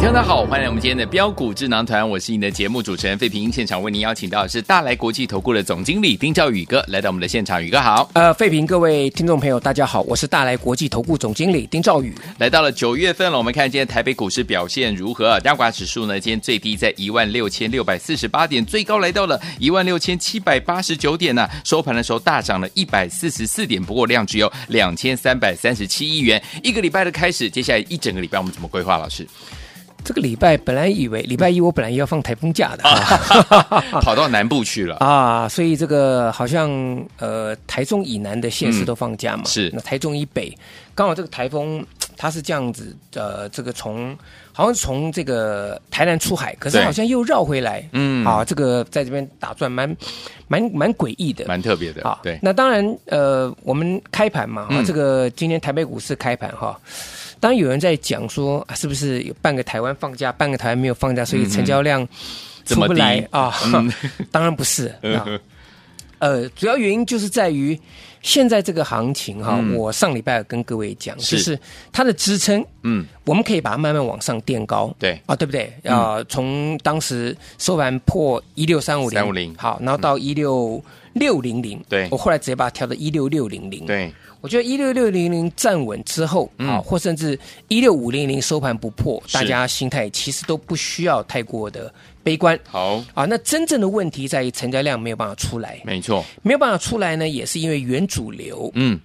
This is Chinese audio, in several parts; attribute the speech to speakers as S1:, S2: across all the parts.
S1: 听众大家好，欢迎来我们今天的标股智囊团，我是你的节目主持人费平。现场为您邀请到的是大来国际投顾的总经理丁兆宇哥来到我们的现场，宇哥好。
S2: 呃，费评各位听众朋友，大家好，我是大来国际投顾总经理丁兆宇。
S1: 来到了九月份了，我们看今天台北股市表现如何？啊加挂指数呢？今天最低在一万六千六百四十八点，最高来到了一万六千七百八十九点呢、收盘的时候大涨了一百四十四点，不过量只有两千三百三十七亿元。一个礼拜的开始，接下来一整个礼拜我们怎么规划？老师
S2: 这个礼拜本来以为礼拜一我本来要放台风假的啊
S1: 跑到南部去了，
S2: 啊，所以这个好像呃台中以南的县市都放假嘛，
S1: 是
S2: 那台中以北刚好这个台风它是这样子，呃，这个从好像从这个台南出海，可是
S1: 对
S2: 好像又绕回来，
S1: 嗯
S2: 啊，这个在这边打转蛮蛮蛮诡异的，
S1: 蛮特别的
S2: 好，，
S1: 对，
S2: 啊那当然，呃，我们开盘嘛，哈
S1: 嗯
S2: 这个今天台北股市开盘哈，当然有人在讲说，啊是不是有半个台湾放假，半个台湾没有放假，所以成交量
S1: 嗯这
S2: 出
S1: 么
S2: 不来
S1: 低
S2: 啊？
S1: 嗯
S2: 当然不是啊，呃，主要原因就是在于现在这个行情哈，
S1: 嗯
S2: 我上礼拜有跟各位讲，
S1: 是
S2: 就是它的支撑，
S1: 嗯，
S2: 我们可以把它慢慢往上垫高，
S1: 对嗯
S2: 啊，对不对？啊、从当时收盘破一六三五零，
S1: 350
S2: 好，然后到一六六零零，
S1: 嗯对
S2: 我后来直接把它调到一六六零零，，
S1: 对，
S2: 我觉得一六六零零站稳之后，
S1: 嗯
S2: 啊、或甚至一六五零零收盘不破，
S1: 是
S2: 大家心态其实都不需要太过的悲观。
S1: 好，
S2: 啊，那真正的问题在于成交量没有办法出来，
S1: 没错，
S2: 没有办法出来呢，也是因为原主流
S1: 嗯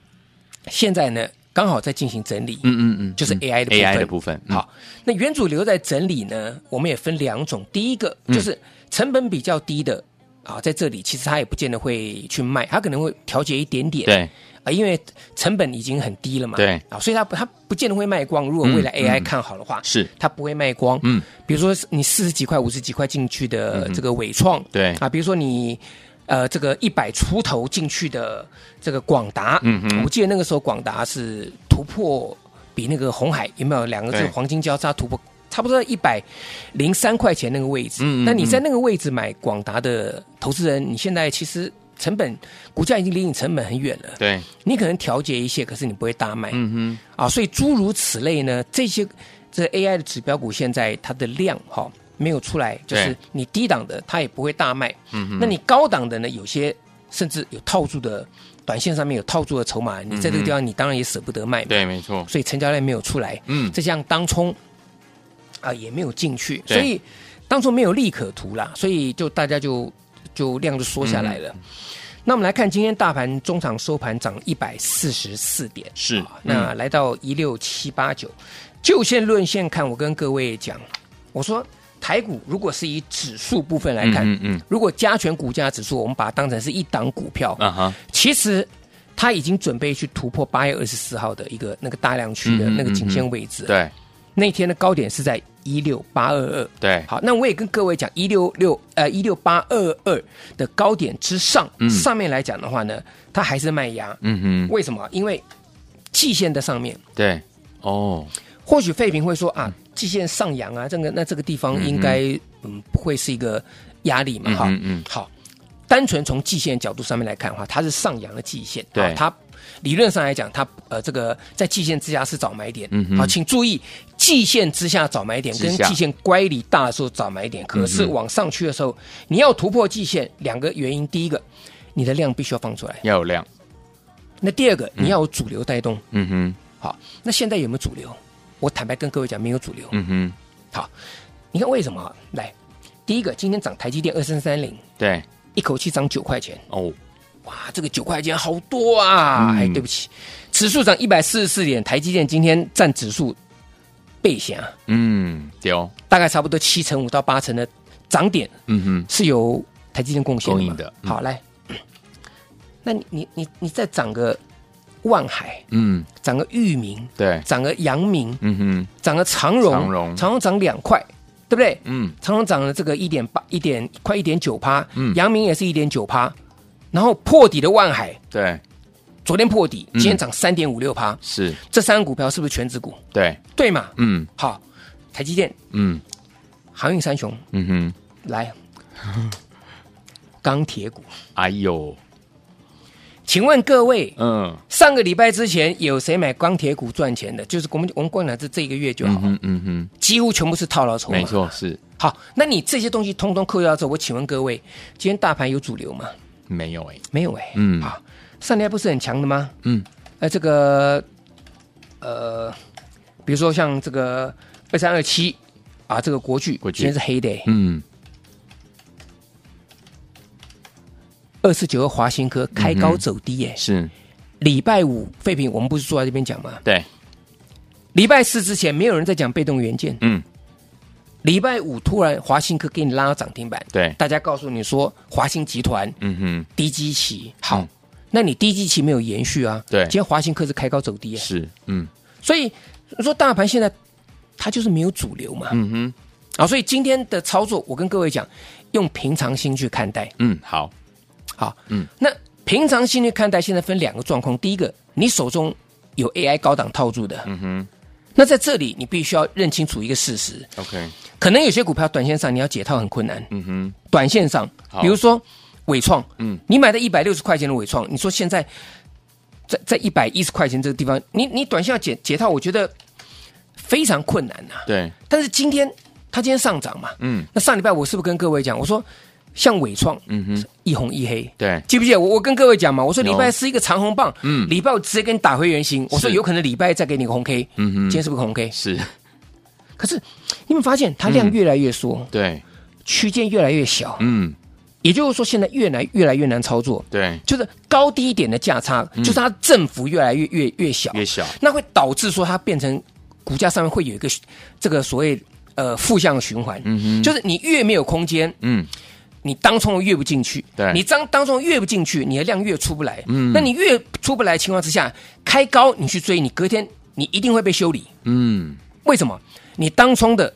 S2: 现在呢刚好在进行整理，
S1: 嗯嗯嗯，
S2: 就是
S1: 嗯
S2: AI 的部分。
S1: AI 的部分，嗯
S2: 好，那原主流在整理呢，我们也分两种，第一个
S1: 嗯
S2: 就是成本比较低的。啊，在这里其实它也不见得会去卖，它可能会调节一点点，
S1: 对，
S2: 啊，因为成本已经很低了嘛，
S1: 对
S2: 啊，所以它不它不见得会卖光。如果未来
S1: 嗯
S2: AI
S1: 嗯
S2: 看好的话，
S1: 是
S2: 它不会卖光，
S1: 嗯，
S2: 比如说你四十几块、五十几块进去的这个伟创，
S1: 对
S2: 啊，比如说你呃这个一百出头进去的这个广达，
S1: 嗯哼
S2: 我记得那个时候广达是突破比那个红海有没有两个字
S1: 对
S2: 黄金交叉突破，差不多一百零三块钱那个位置。
S1: 嗯嗯
S2: 那你在那个位置买广达的投资人，你现在其实成本股价已经离你成本很远了，
S1: 对，
S2: 你可能调节一些，可是你不会大卖。
S1: 嗯
S2: 啊，所以诸如此类呢，这些这 AI 的指标股现在它的量哈、没有出来，就
S1: 对
S2: 是你低档的它也不会大卖，嗯，那你高档的呢，有些甚至有套住的，短线上面有套住的筹码，你在这个
S1: 嗯
S2: 地方你当然也舍不得卖
S1: 哼，
S2: 嘛，
S1: 对，没错，
S2: 所以成交量没有出来，
S1: 嗯，
S2: 再加上当冲啊、也没有进去，
S1: 对
S2: 所以当冲没有利可图啦，所以就大家就就量就缩下来了。
S1: 嗯
S2: 那我们来看今天大盘中场收盘涨一百四十四点，
S1: 是嗯
S2: 啊那来到一六七八九，就线论线看，我跟各位讲，我说台股如果是以指数部分来看，
S1: 嗯嗯
S2: 如果加权股价指数，我们把它当成是一档股票，
S1: 嗯，啊哈，
S2: 其实它已经准备去突破八月二十四号的一个那个大量区的
S1: 嗯嗯
S2: 那个颈线位置。，
S1: 对
S2: 那天的高点是在一六八二二。
S1: 对，
S2: 好，那我也跟各位讲，一六六呃一六八二二的高点之上，
S1: 嗯
S2: 上面来讲的话呢，它还是卖压。
S1: 嗯哼，
S2: 为什么？因为季线的上面，
S1: 对，哦，
S2: 或许废评会说啊，
S1: 嗯
S2: 季线上扬啊，这个那这个地方应该嗯不会是一个压力嘛，哈、
S1: 嗯嗯嗯
S2: 好，单纯从季线角度上面来看的话，它是上扬的季线，
S1: 对
S2: 啊它理论上来讲，它呃这个在季线之下是找买点，
S1: 嗯哼
S2: 好，请注意季线之下找买点
S1: 之
S2: 跟
S1: 下
S2: 季线乖离大的时候找买点，可是
S1: 嗯哼
S2: 往上去的时候，你要突破季线，两个原因，第一个。你的量必须要放出来。
S1: 要有量，
S2: 那第二个，你要有主流带动。
S1: 嗯哼，
S2: 好，那现在有没有主流？我坦白跟各位讲，没有主流。
S1: 嗯哼，
S2: 好，你看为什么啊？来，第一个，今天涨台积电二三三零，
S1: 对，
S2: 一口气涨九块钱，
S1: 哦，
S2: 哇，啊这个九块钱好多啊！
S1: 嗯
S2: 哎，对不起，指数涨一百四十四点，台积电今天占指数背下，啊
S1: 嗯，丢，
S2: 大概差不多七成五到八成的涨点
S1: 嗯哼，
S2: 是由台积电贡献
S1: 供
S2: 嘛
S1: 应的嗯
S2: 好，来，那你你你你再涨个万海，
S1: 嗯，
S2: 涨个域名，
S1: 对，
S2: 涨个阳明，
S1: 嗯哼，
S2: 涨个长荣，
S1: 长荣
S2: 长荣涨两块，对不对？
S1: 嗯，
S2: 长荣涨了这个一点八、一点快一点九趴，
S1: 嗯
S2: 阳明也是一点九趴，然后破底的万海
S1: 对，
S2: 昨天破底，
S1: 嗯
S2: 今天涨三点五六趴，
S1: 是，
S2: 这三个股票是不是全指股？
S1: 对，
S2: 对嘛？
S1: 嗯
S2: 好，台积电、
S1: 嗯
S2: 航运三雄
S1: 嗯哼，
S2: 来，钢铁股，
S1: 哎呦，
S2: 请问各位，
S1: 嗯
S2: 上个礼拜之前有谁买钢铁股赚钱的？就是我们我们光讲这这一个月就
S1: 嗯
S2: 好，
S1: 哼嗯
S2: 几乎全部是套牢筹
S1: 哼，
S2: 码。
S1: 没错，是
S2: 好，那你这些东西通通扣掉之后，我请问各位，今天大盘有主流吗？
S1: 没有哎，
S2: 没有哎、
S1: 嗯
S2: 好，上礼拜不是很强的吗？
S1: 嗯，
S2: 呃，这个，呃，比如说像这个二三二七啊，这个国巨，
S1: 国巨
S2: 今天是黑的、欸，
S1: 嗯，
S2: 二四九二华新科开高走低、欸，
S1: 是，
S2: 礼拜五废品我们不是坐在这边讲吗？
S1: 对，
S2: 礼拜四之前没有人在讲被动元件，
S1: 嗯，
S2: 礼拜五突然华新科给你拉到涨停板，
S1: 对，
S2: 大家告诉你说华新集团
S1: 嗯哼，
S2: 低基期好。
S1: 嗯
S2: 那你低基期没有延续啊？
S1: 对
S2: 今天华新科是开高走低、欸，
S1: 是，嗯
S2: 所以你说大盘现在它就是没有主流嘛，
S1: 嗯哼，
S2: 啊，所以今天的操作，我跟各位讲，用平常心去看待。
S1: 嗯，好，
S2: 好，
S1: 嗯，
S2: 那平常心去看待，现在分两个状况，第一个，你手中有 AI 高档套住的，嗯哼，那在这里你必须要认清楚一个事实，
S1: OK，
S2: 可能有些股票短线上你要解套很困难，
S1: 嗯哼，
S2: 短线上
S1: 好，
S2: 比如说伟创，
S1: 嗯
S2: 嗯，你买的一百六十块钱的伟创，你说现在在在一百一十块钱这个地方，你你短线要解解套，我觉得非常困难呐、
S1: 对，
S2: 但是今天它今天上涨嘛，
S1: 嗯
S2: 那上礼拜我是不是跟各位讲，我说像伟创
S1: 嗯哼，
S2: 一红一黑。
S1: 对，
S2: 记不记得我我跟各位讲嘛？我说
S1: 有
S2: 礼拜四一个长红棒，
S1: 嗯
S2: 嗯，礼拜五直接给你打回原形。我说
S1: 是
S2: 有可能礼拜再给你个红 K，
S1: 嗯哼
S2: 今天是不是个红 K？
S1: 是，嗯
S2: 可是你们发现它量越来越缩，
S1: 对，
S2: 区间越来越小，
S1: 嗯，
S2: 也就是说，现在越来越来越难操作，
S1: 对，
S2: 就是高低点的价差，就是它振幅越来越越越小，
S1: 嗯越小，
S2: 那会导致说它变成股价上面会有一个这个所谓呃负向循环，
S1: 嗯哼，
S2: 就是你越没有空间，
S1: 嗯，
S2: 你当冲越不进去，
S1: 对
S2: 你当当冲越不进去，你的量越出不来，
S1: 嗯
S2: 那你越出不来的情况之下，开高你去追，你隔天你一定会被修理，
S1: 嗯，
S2: 为什么？你当冲的，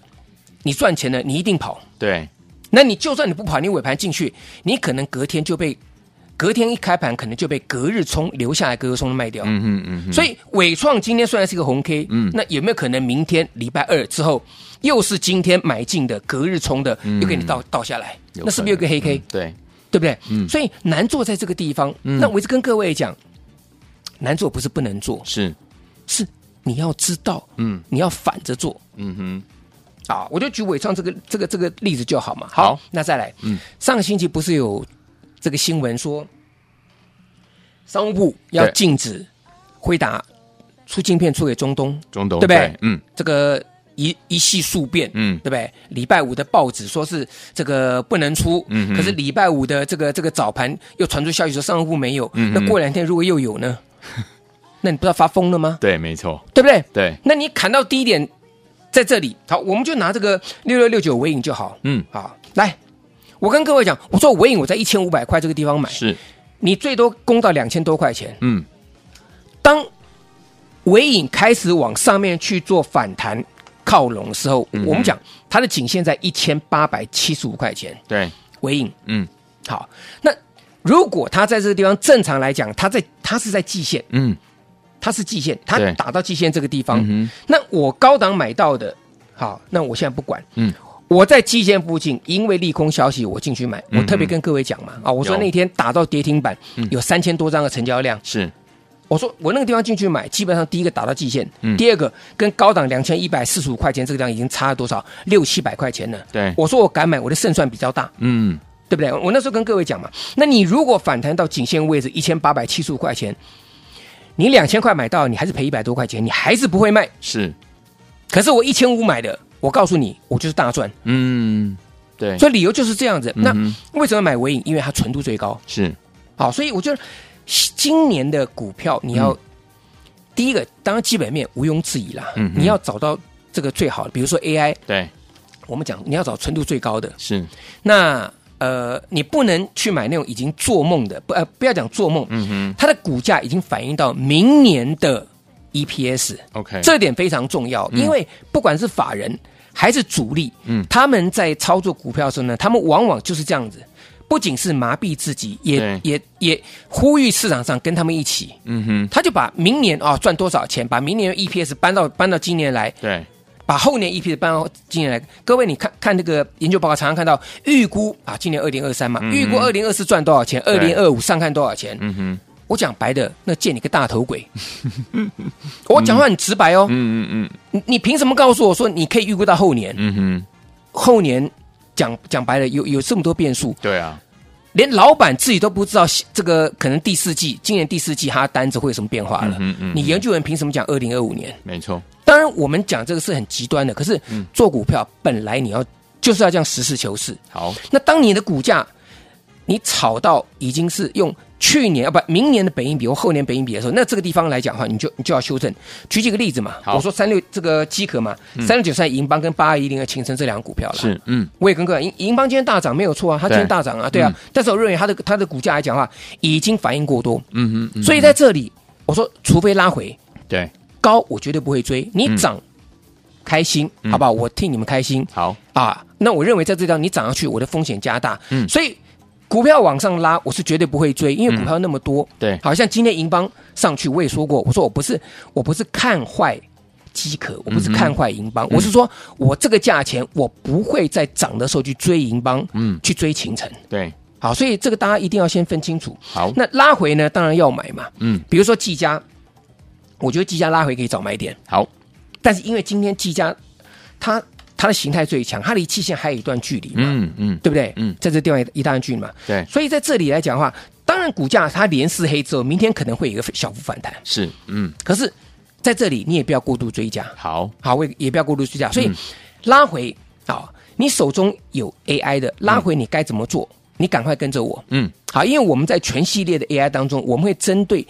S2: 你赚钱了，你一定跑，
S1: 对，
S2: 那你就算你不跑，你尾盘进去，你可能隔天就被隔天一开盘，可能就被隔日冲留下来，隔日冲卖掉。
S1: 嗯哼嗯哼，
S2: 所以伟创今天虽然是一个红 K，
S1: 嗯
S2: 那有没有可能明天礼拜二之后，又是今天买进的隔日冲的，又给你倒倒下来？
S1: 嗯有
S2: 那是不是有一个黑 K？、
S1: 嗯对，
S2: 对不对？所以难做在这个地方。那我一直跟各位讲，难做不是不能做，
S1: 是，
S2: 是你要知道，
S1: 嗯
S2: 你要反着做。
S1: 嗯哼，
S2: 啊，我就举伟创这个这个这个例子就好嘛。
S1: 好
S2: 那再来，
S1: 嗯
S2: 嗯，上个星期不是有这个新闻说，商务部要
S1: 对
S2: 禁止辉达出晶片出给中东，
S1: 中东
S2: 对不对
S1: 嗯
S2: 这个一一系数变，
S1: 嗯
S2: 对不对？礼拜五的报纸说是这个不能出，
S1: 嗯哼
S2: 可是礼拜五的这个这个早盘又传出消息说商务部没有，
S1: 嗯哼
S2: 那过两天如果又有呢？ 那你不知道发疯了吗？
S1: 对，没错，
S2: 对不对？
S1: 对，
S2: 那你砍到低点在这里，好，我们就拿这个六六六九尾影就好。
S1: 嗯，
S2: 好，来，我跟各位讲，我说尾影我在一千五百块这个地方买，
S1: 是，
S2: 你最多攻到两千多块钱。
S1: 嗯，
S2: 当尾影开始往上面去做反弹靠拢的时候，
S1: 嗯哼
S2: 我们讲它的颈线在一千八百七十五块钱。
S1: 对，
S2: 尾影
S1: 嗯
S2: 好，那如果它在这个地方正常来讲，它在它是在季线，
S1: 嗯
S2: 它是季线，它
S1: 对
S2: 打到季线这个地方，
S1: 嗯哼，
S2: 那我高档买到的，好，那我现在不管，
S1: 嗯，
S2: 我在基线附近，因为利空消息，我进去买。
S1: 嗯
S2: 我特别跟各位讲嘛，啊，我说
S1: 有嗯
S2: 那天打到跌停板，有三千多张的成交量，
S1: 是，
S2: 我说我那个地方进去买，基本上第一个打到季线，
S1: 嗯
S2: 第二个跟高档两千一百四十五块钱这个地方已经差了多少六七百块钱了。
S1: 对，
S2: 我说我敢买，我的胜算比较大，
S1: 嗯，
S2: 对不对？我那时候跟各位讲嘛，那你如果反弹到颈线位置一千八百七十五块钱，你两千块买到，你还是赔一百多块钱，你还是不会卖。
S1: 是，
S2: 可是我一千五买的，我告诉你，我就是大赚。
S1: 嗯，对，
S2: 所以理由就是这样子。那
S1: 嗯
S2: 为什么买尾影？因为它纯度最高。
S1: 是，
S2: 好，所以我觉得今年的股票你要、
S1: 嗯
S2: 第一个，当然基本面毋庸置疑啦，
S1: 嗯哼
S2: 你要找到这个最好的，比如说 AI，
S1: 对，
S2: 我们讲你要找纯度最高的，
S1: 是
S2: 那呃，你不能去买那种已经做梦的，不呃，不要讲做梦，嗯哼，它的股价已经反映到明年的 E EPS，
S1: OK，
S2: 这点非常重要，因为不管是法人还是主力，
S1: 嗯
S2: 他们在操作股票的时候呢，他们往往就是这样子，不仅是麻痹自己，也
S1: 对
S2: 也也呼吁市场上跟他们一起，
S1: 嗯哼，
S2: 他就把明年啊、赚多少钱，把明年的 EPS 搬到搬到今年来，
S1: 对，
S2: 把后年 EPS 搬到今年来。各位，你看看这个研究报告，常常看到预估啊，今年二零二三嘛，预估二零二四赚多少钱，二零二五上看多少钱。
S1: 嗯哼，
S2: 我讲白的，那见你个大头鬼！ 我讲话很直白哦，
S1: 嗯嗯嗯
S2: 你你凭什么告诉我说你可以预估到后年？
S1: 嗯哼，
S2: 后年讲讲白了，有有这么多变数，
S1: 对啊，
S2: 连老板自己都不知道这个可能第四季，今年第四季他的单子会有什么变化了。
S1: 嗯哼嗯哼
S2: 你研究员凭什么讲二零二五年？
S1: 没错，
S2: 当然，我们讲这个是很极端的，可是
S1: 嗯
S2: 做股票本来你要就是要这样实事求是。
S1: 好，
S2: 那当你的股价你炒到已经是用去年啊不明年的本益比或后年本益比的时候，那这个地方来讲的话，你就你就要修正。举几个例子嘛，
S1: 好嗯
S2: 我说三六这个机壳嘛，三六九三银邦跟八二一零的秦升这两个股票了。
S1: 是，嗯，
S2: 我也跟各位，银银邦今天大涨没有错啊，它今天
S1: 对
S2: 大涨啊，对啊，但是我认为它的它的股价来讲的话，已经反应过多，
S1: 嗯哼，嗯
S2: 所以在这里我说，除非拉回，
S1: 对，
S2: 高我绝对不会追，你
S1: 嗯
S2: 涨、开心，好不好？我替你们开心
S1: 好，
S2: 啊。那我认为在这地方你涨上去，我的风险加大，
S1: 嗯
S2: 所以股票往上拉，我是绝对不会追，因为股票那么多，
S1: 对，
S2: 好像今天银邦上去，我也说过，我说我不是我不是看坏。饥渴，我不
S1: 嗯
S2: 是看坏银邦，我是说，我这个价钱我不会在涨的时候去追银邦，
S1: 嗯，
S2: 去追秦城。
S1: 对，
S2: 好，所以这个大家一定要先分清楚。
S1: 好，
S2: 那拉回呢，当然要买嘛。
S1: 嗯，
S2: 比如说技嘉，我觉得技嘉拉回可以早买点，
S1: 好，
S2: 但是因为今天技嘉它它的形态最强，它离季线还有一段距离嘛，
S1: 嗯嗯，
S2: 对不对？
S1: 嗯
S2: 在这地方一大段距离嘛，
S1: 对，
S2: 所以在这里来讲的话，当然股价它连四黑之后，明天可能会有一个小幅反弹，
S1: 是，嗯，
S2: 可是在这里你也不要过度追加，
S1: 好，
S2: 好，我也也不要过度追加，所以拉回啊、你手中有 AI 的拉回，你该怎么做？你赶快跟着我，
S1: 嗯，
S2: 好，因为我们在全系列的 AI 当中，我们会针对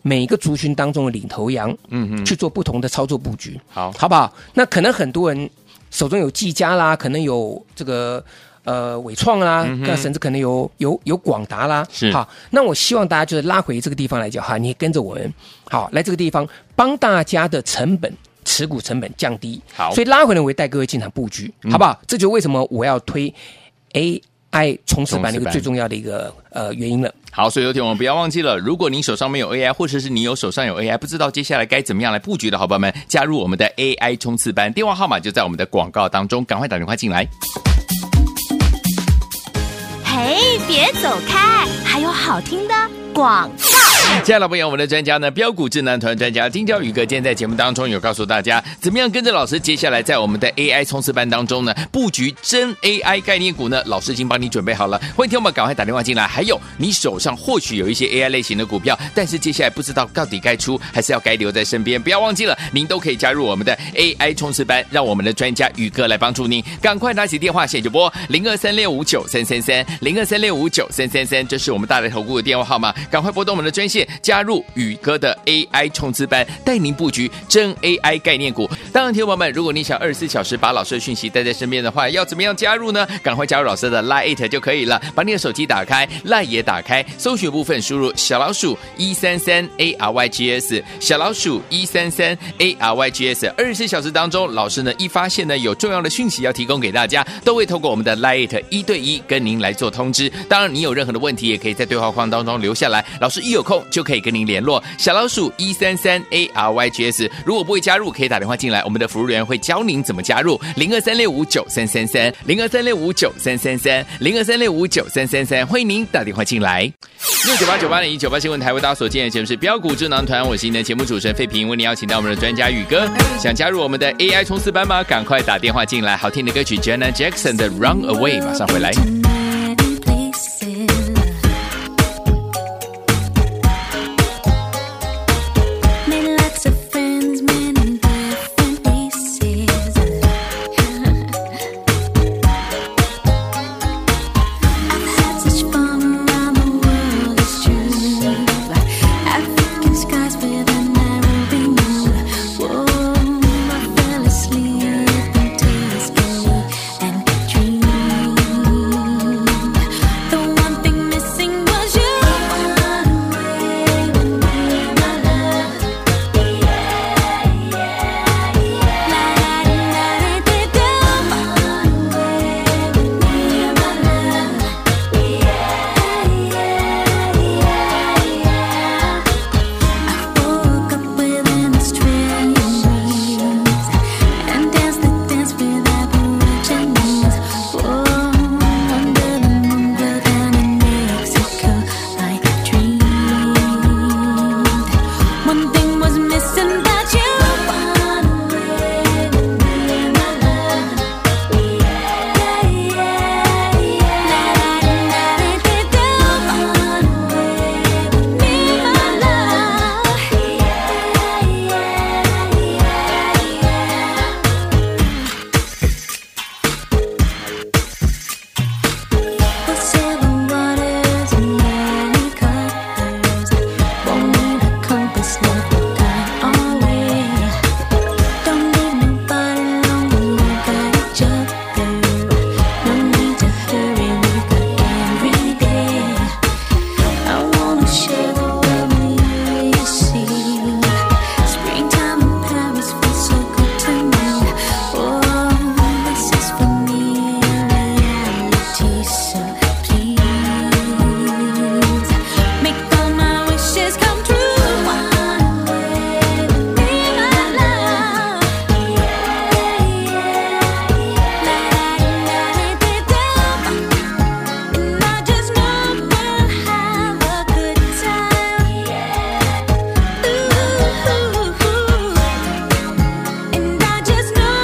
S2: 每一个族群当中的领头羊，
S1: 嗯嗯，
S2: 去做不同的操作布局，
S1: 好，
S2: 好不好？那可能很多人手中有技嘉啦，可能有这个呃伟创啦，那、甚至可能有有有广达啦，
S1: 嗯是
S2: 好。那我希望大家就是拉回这个地方来讲哈，你跟着我们好来这个地方帮大家的成本。持股成本降低，
S1: 好嗯
S2: 所以拉回呢，我也带各位进场布局，好不好？这就为什么我要推 AI 重置版
S1: 重置
S2: 的一个
S1: 版
S2: 最重要的一个呃原因了。
S1: 好，所以有天我们不要忘记了，如果您手上没有 AI，或者是你有手上有 AI，不知道接下来该怎么样来布局的好朋友们，加入我们的 AI 冲刺班，电话号码就在我们的广告当中，赶快打电话进来。
S3: 嘿，别走开，还有好听的广告。
S1: 亲爱的朋友我们的专家呢，标股智囊团专家丁兆宇哥，今天在节目当中有告诉大家，怎么样跟着老师，接下来在我们的 AI 冲刺班当中呢，布局真 AI 概念股呢，老师已经帮你准备好了，欢迎听我们赶快打电话进来。还有，你手上或许有一些 AI 类型的股票，但是接下来不知道到底该出还是要该留在身边，不要忘记了，您都可以加入我们的 AI 冲刺班，让我们的专家宇哥来帮助您。赶快拿起电话，现在就拨零二三六五九三三三零二三六五九三三三，这是我们大来投顾的电话号码，赶快拨动我们的专线，加入宇哥的 AI 冲刺班，带您布局真 AI 概念股。当然，听众朋友们，如果你想二十四小时把老师的讯息带在身边的话，要怎么样加入呢？赶快加入老师的 Lite 就可以了，把你的手机打开，Lite 也打开，搜寻部分输入小老鼠一三三 A R Y G S，小老鼠一三三 A R Y G S。二十四小时当中，老师呢一发现呢有重要的讯息要提供给大家，都会透过我们的 Lite 一对一跟您来做通知。当然，你有任何的问题，也可以在对话框当中留下来，老师一有空就可以跟您联络。小老鼠一三三 A R Y G S，如果不会加入，可以打电话进来，我们的服务人员会教您怎么加入。零二三六五九三三三，零二三六五九三三三，零二三六五九三三三，欢迎您打电话进来。六九八九八零一九八新闻台为大家所见的节目是标股智囊团，我是您的节目主持人费平，为您邀请到我们的专家宇哥。想加入我们的 AI 冲刺班吗？赶快打电话进来，好听的歌曲 Jenna Jackson 的 Run Away，马上回来。
S4: Made lots of friends, men in different places. I've had such fun around the world, it's true. African skies with an Arabian moon. Whoa, I fell asleep until it's blue.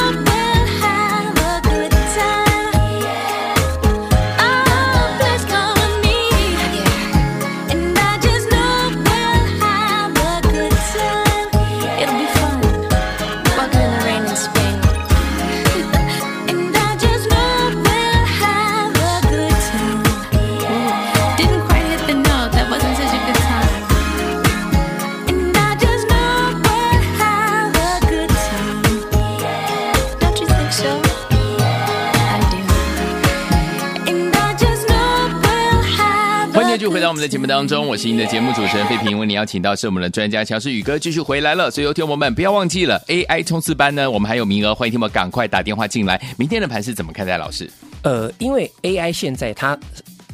S4: Oh,
S1: 天就回到我们的节目当中，我是您的节目主持人费平，为您邀请到是我们的专家乔氏宇哥继续回来了。所以，有听友们不要忘记了 AI 冲刺班呢，我们还有名额，欢迎听友们赶快打电话进来。明天的盘是怎么看待？老师，
S2: 呃，因为 AI 现在它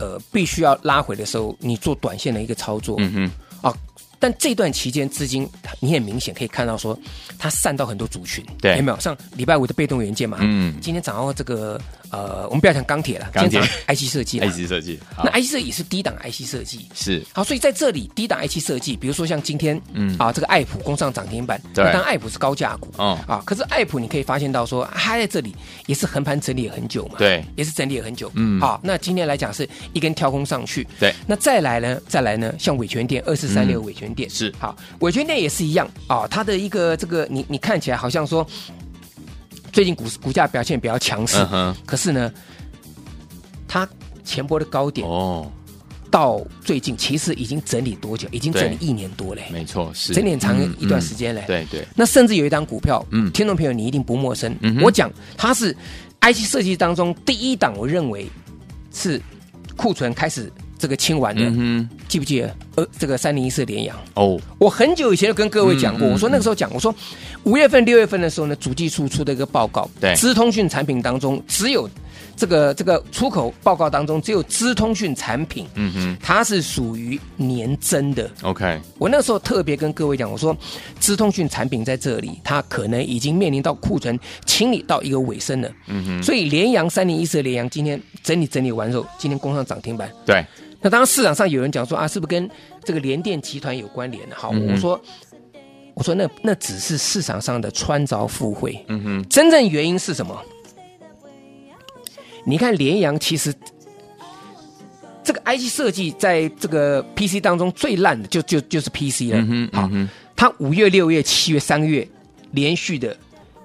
S2: 呃必须要拉回的时候，你做短线的一个操作，
S1: 嗯哼，
S2: 啊。但这段期间，资金你很明显可以看到说，它散到很多族群，
S1: 对
S2: 有没有？像礼拜五的被动元件嘛，
S1: 嗯
S2: 今天涨到这个呃，我们不要讲钢铁了，
S1: 钢铁
S2: 今天涨到 IC 设计了
S1: 爱，奇设计，好
S2: 那 IC 设计也是低档 IC 设计，
S1: 是
S2: 好，所以在这里低档 IC 设计，比如说像今天，
S1: 嗯
S2: 嗯啊，这个爱普攻上涨停板，
S1: 对
S2: 那当然爱普是高价股，
S1: 嗯
S2: 啊，可是爱普你可以发现到说，它在这里也是横盘整理了很久嘛，
S1: 对
S2: 也是整理了很久，
S1: 嗯
S2: 好，那今天来讲是一根跳空上去，
S1: 对
S2: 那再来呢，再来呢，像伟权店二四三六
S1: 嗯
S2: 伟权店
S1: 是
S2: 好，伟权店也是一样啊，它的一个这个你你看起来好像说。最近股股价表现比较强势
S1: 嗯哼
S2: 可是呢，它前波的高点
S1: 哦，
S2: 到最近其实已经整理多久？已经整理一年多嘞，
S1: 没错，是
S2: 整理很长
S1: 嗯
S2: 一段时间嘞。
S1: 嗯对对，
S2: 那甚至有一档股票，
S1: 嗯
S2: 嗯，听众朋友你一定不陌生。
S1: 嗯哼
S2: 我讲它是 IC 设计当中第一档，我认为是库存开始这个清完的，
S1: 嗯
S2: 记不记得？呃，这个三零一四联阳。
S1: 哼，哦，
S2: 我很久以前就跟各位讲
S1: 嗯
S2: 过，
S1: 嗯
S2: 我说那个时候讲，我说五月份、六月份的时候呢，主计处出的一个报告，
S1: 对
S2: 资通讯产品当中只有这个这个出口报告当中只有资通讯产品，
S1: 嗯哼
S2: 它是属于年增的。
S1: ，OK，
S2: 我那时候特别跟各位讲，我说资通讯产品在这里，它可能已经面临到库存清理到一个尾声了。
S1: 嗯哼，
S2: 所以联阳三零一四的联阳今天整理整理完之后，今天攻上涨停板。
S1: 对，
S2: 那当然市场上有人讲说啊，是不是跟这个联电集团有关联？好，
S1: 嗯哼
S2: 我说我说那那只是市场上的穿凿附会，
S1: 嗯哼，
S2: 真正原因是什么？你看联阳其实这个 IC 设计在这个 PC 当中最烂的就就就是 PC 了。
S1: 嗯哼，
S2: 好
S1: 嗯，哼，
S2: 它五月、六月、七月三个月连续的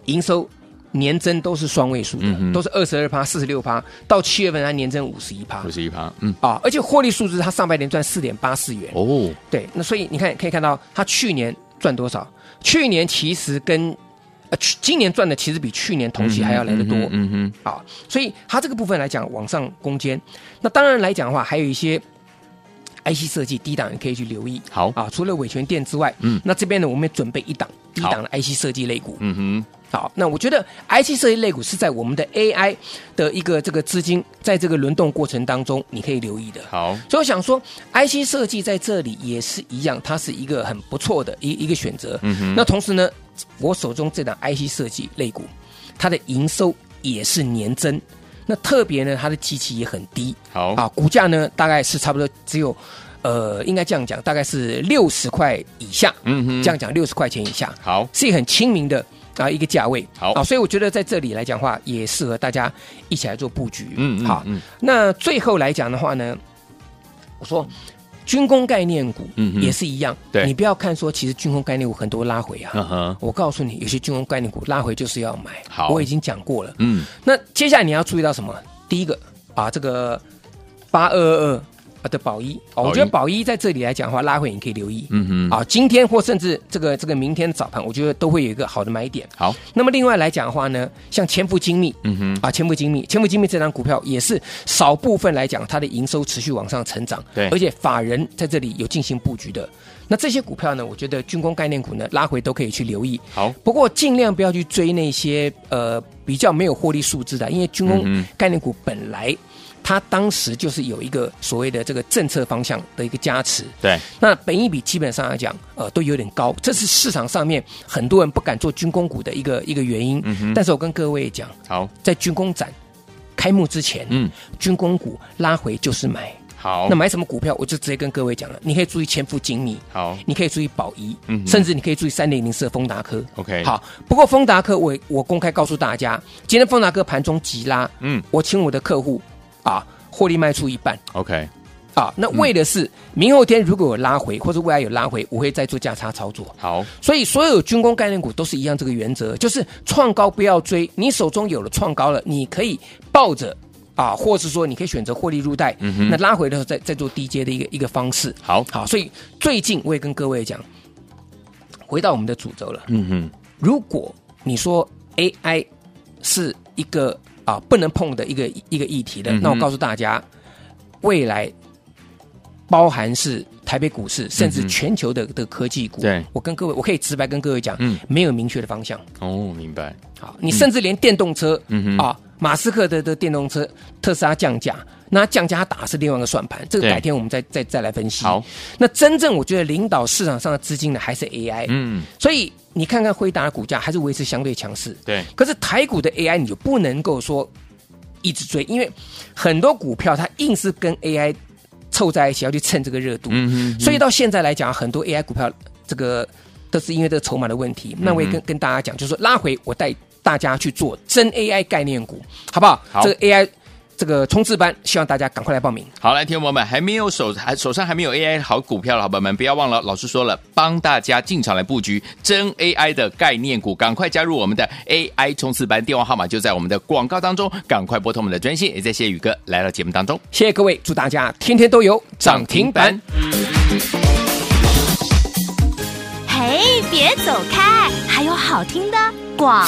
S2: 营收年增都是双位数的，
S1: 嗯哼
S2: 都是二十二趴、四十六趴，到七月份它年增五十一趴
S1: 五。十一趴，嗯，
S2: 啊，而且获利数字，它上半年赚四点八四元，
S1: 哦，
S2: 对，那所以你看可以看到，它去年赚多少？去年其实跟呃，去今年赚的其实比去年同期还要来得多
S1: 嗯哼嗯哼，
S2: 啊，所以它这个部分来讲往上攻坚。那当然来讲的话，还有一些 IC 设计低档你可以去留意
S1: 好，
S2: 啊，除了伟权店之外，
S1: 嗯
S2: 那这边呢我们也准备一档低
S1: 好
S2: 档的 IC 设计类股，
S1: 嗯哼。
S2: 好，那我觉得 IC 设计类股是在我们的 AI 的一个这个资金在这个轮动过程当中你可以留意的。
S1: 好，
S2: 所以我想说，IC 设计在这里也是一样，它是一个很不错的一一个选择。
S1: 嗯哼
S2: 那同时呢，我手中这档 IC 设计类股，它的营收也是年增，那特别呢，它的基期也很低，
S1: 好，
S2: 啊，股价呢大概是差不多只有，呃，应该这样讲，大概是六十块以下，
S1: 嗯哼
S2: 这样讲六十块钱以下，
S1: 好，
S2: 是一个很亲民的啊一个价位。
S1: 好
S2: 啊，所以我觉得在这里来讲的话，也适合大家一起来做布局。
S1: 嗯嗯
S2: 好，
S1: 嗯
S2: 那最后来讲的话呢，我说。军工概念股
S1: 嗯哼
S2: 也是一样，
S1: 对
S2: 你不要看说，其实军工概念股很多拉回啊。
S1: 嗯哼，
S2: 我告诉你，有些军工概念股拉回就是要买。
S1: 好
S2: 我已经讲过了。
S1: 嗯，
S2: 那接下来你要注意到什么？第一个啊，这个八二二啊的宝一，哦，我
S1: 宝
S2: 觉得
S1: 一
S2: 宝一在这里来讲的话，拉回你可以留意。
S1: 嗯哼，
S2: 啊，今天或甚至这个这个明天的早盘，我觉得都会有一个好的买点。
S1: 好，
S2: 那么另外来讲的话呢，像千富精密，
S1: 嗯哼，
S2: 啊，千富精密，千富精密这张股票也是少部分来讲，它的营收持续往上成长，
S1: 对
S2: 而且法人在这里有进行布局的。那这些股票呢，我觉得军工概念股呢，拉回都可以去留意。
S1: 好，
S2: 不过尽量不要去追那些呃比较没有获利数字的，因为军
S1: 嗯
S2: 工
S1: 哼
S2: 概念股本来它当时就是有一个所谓的这个政策方向的一个加持，
S1: 对，
S2: 那本益比基本上来讲，呃，都有点高，这是市场上面很多人不敢做军工股的一个一个原因。
S1: 嗯哼
S2: 但是我跟各位讲，
S1: 好，
S2: 在军工展开幕之前，
S1: 嗯，哦
S2: 军工股拉回就是买。
S1: 好，
S2: 那买什么股票，我就直接跟各位讲了，你可以注意千富精密，
S1: 好
S2: 你可以注意宝仪，
S1: 嗯哼
S2: 甚至你可以注意三零零四的丰达科。
S1: ，OK，，
S2: 好，不过丰达科我我公开告诉大家，今天丰达科盘中急拉，
S1: 嗯
S2: 我请我的客户啊获利卖出一半。
S1: ，OK，嗯
S2: 啊，那为的是明后天如果有拉回，或者未来有拉回，我会再做价差操作。
S1: 好，
S2: 所以所有军工概念股都是一样这个原则，就是创高不要追，你手中有了创高了，你可以抱着。啊，或是说你可以选择获利入袋，
S1: 嗯哼
S2: 那拉回的时候再再做低阶的一个一个方式。
S1: 好
S2: 好，所以最近我也跟各位讲，回到我们的主轴了。
S1: 嗯哼，
S2: 如果你说 AI 是一个啊不能碰的一个一个议题的，
S1: 嗯哼
S2: 那我告诉大家，未来包含是台北股市，甚
S1: 嗯
S2: 至
S1: 哼
S2: 全球的的科技股。
S1: 对
S2: 我跟各位，我可以直白跟各位讲，
S1: 嗯
S2: 没有明确的方向。
S1: 哦，明白，
S2: 好，你甚至连电动车，
S1: 嗯哼
S2: 啊，马斯克的的电动车，特斯拉降价，那降价它打的是另外一个算盘，这个
S1: 对
S2: 改天我们再再再来分析。
S1: 好，
S2: 那真正我觉得领导市场上的资金呢，还是 AI，、
S1: 嗯，
S2: 所以你看看辉达的股价还是维持相对强势，
S1: 对，
S2: 可是台股的 AI 你就不能够说一直追，因为很多股票它硬是跟 AI 凑在一起要去蹭这个热度，
S1: 嗯
S2: 所以到现在来讲，很多 AI 股票这个都是因为这个筹码的问
S1: 嗯
S2: 题。那我也跟、跟大家讲，就是说拉回我带大家去做真 AI 概念股，好不好？
S1: 好
S2: 这个 AI 这个冲刺班，希望大家赶快来报名。
S1: 好，来，听众朋友们，还没有手还手上还没有 AI 好股票的好朋友们，不要忘了，老师说了，帮大家进场来布局真 AI 的概念股，赶快加入我们的 AI 冲刺班，电话号码就在我们的广告当中，赶快拨通我们的专线。也谢谢宇哥来到节目当中，
S2: 谢谢各位，祝大家天天都有涨停板。
S3: 嘿，别走开，还有好听的广。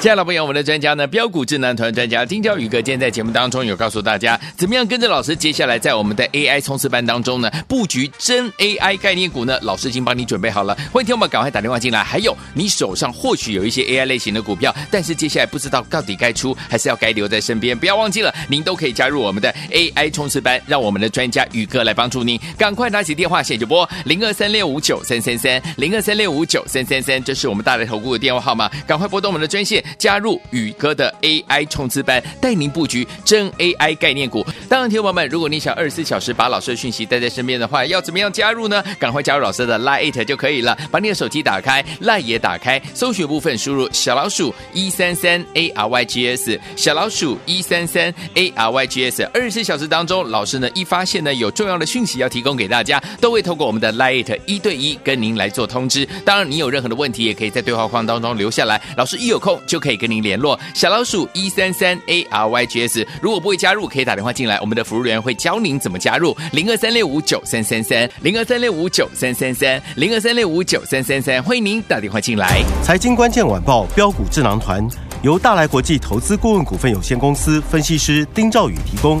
S1: 亲爱的朋友，我们的专家呢，标股智能团专家丁兆宇哥，今天在节目当中有告诉大家，怎么样跟着老师，接下来在我们的 AI 冲刺班当中呢，布局真 AI 概念股呢，老师已经帮你准备好了，欢迎听我们赶快打电话进来。还有，你手上或许有一些 AI 类型的股票，但是接下来不知道到底该出还是要该留在身边，不要忘记了，您都可以加入我们的 AI 冲刺班，让我们的专家宇哥来帮助您，赶快拿起电话现在就拨零二三六五九三三三零二三六五九三三三，这是我们大来投顾的电话号码，赶快拨动我们的专线，加入宇哥的 AI 冲刺班，带您布局真 AI 概念股。当然，听众朋友们，如果你想二十四小时把老师的讯息带在身边的话，要怎么样加入呢？赶快加入老师的 Line It 就可以了，把你的手机打开，Line 也打开，搜寻部分输入小老鼠一三三 A R Y G S，小老鼠一三三 A R Y G S。二十四小时当中，老师呢一发现呢有重要的讯息要提供给大家，都会透过我们的 Lite 一对一跟您来做通知。当然，你有任何的问题，也可以在对话框当中留下来，老师一有空就可以跟您联络。小老鼠一三三 A R Y G S，如果不会加入，可以打电话进来，我们的服务员会教您怎么加入。零二三六五九三三三，零二三六五九三三三，零二三六五九三三三，欢迎您打电话进来。
S5: 财经关键晚报标股智囊团由大来国际投资顾问股份有限公司分析师丁兆宇提供。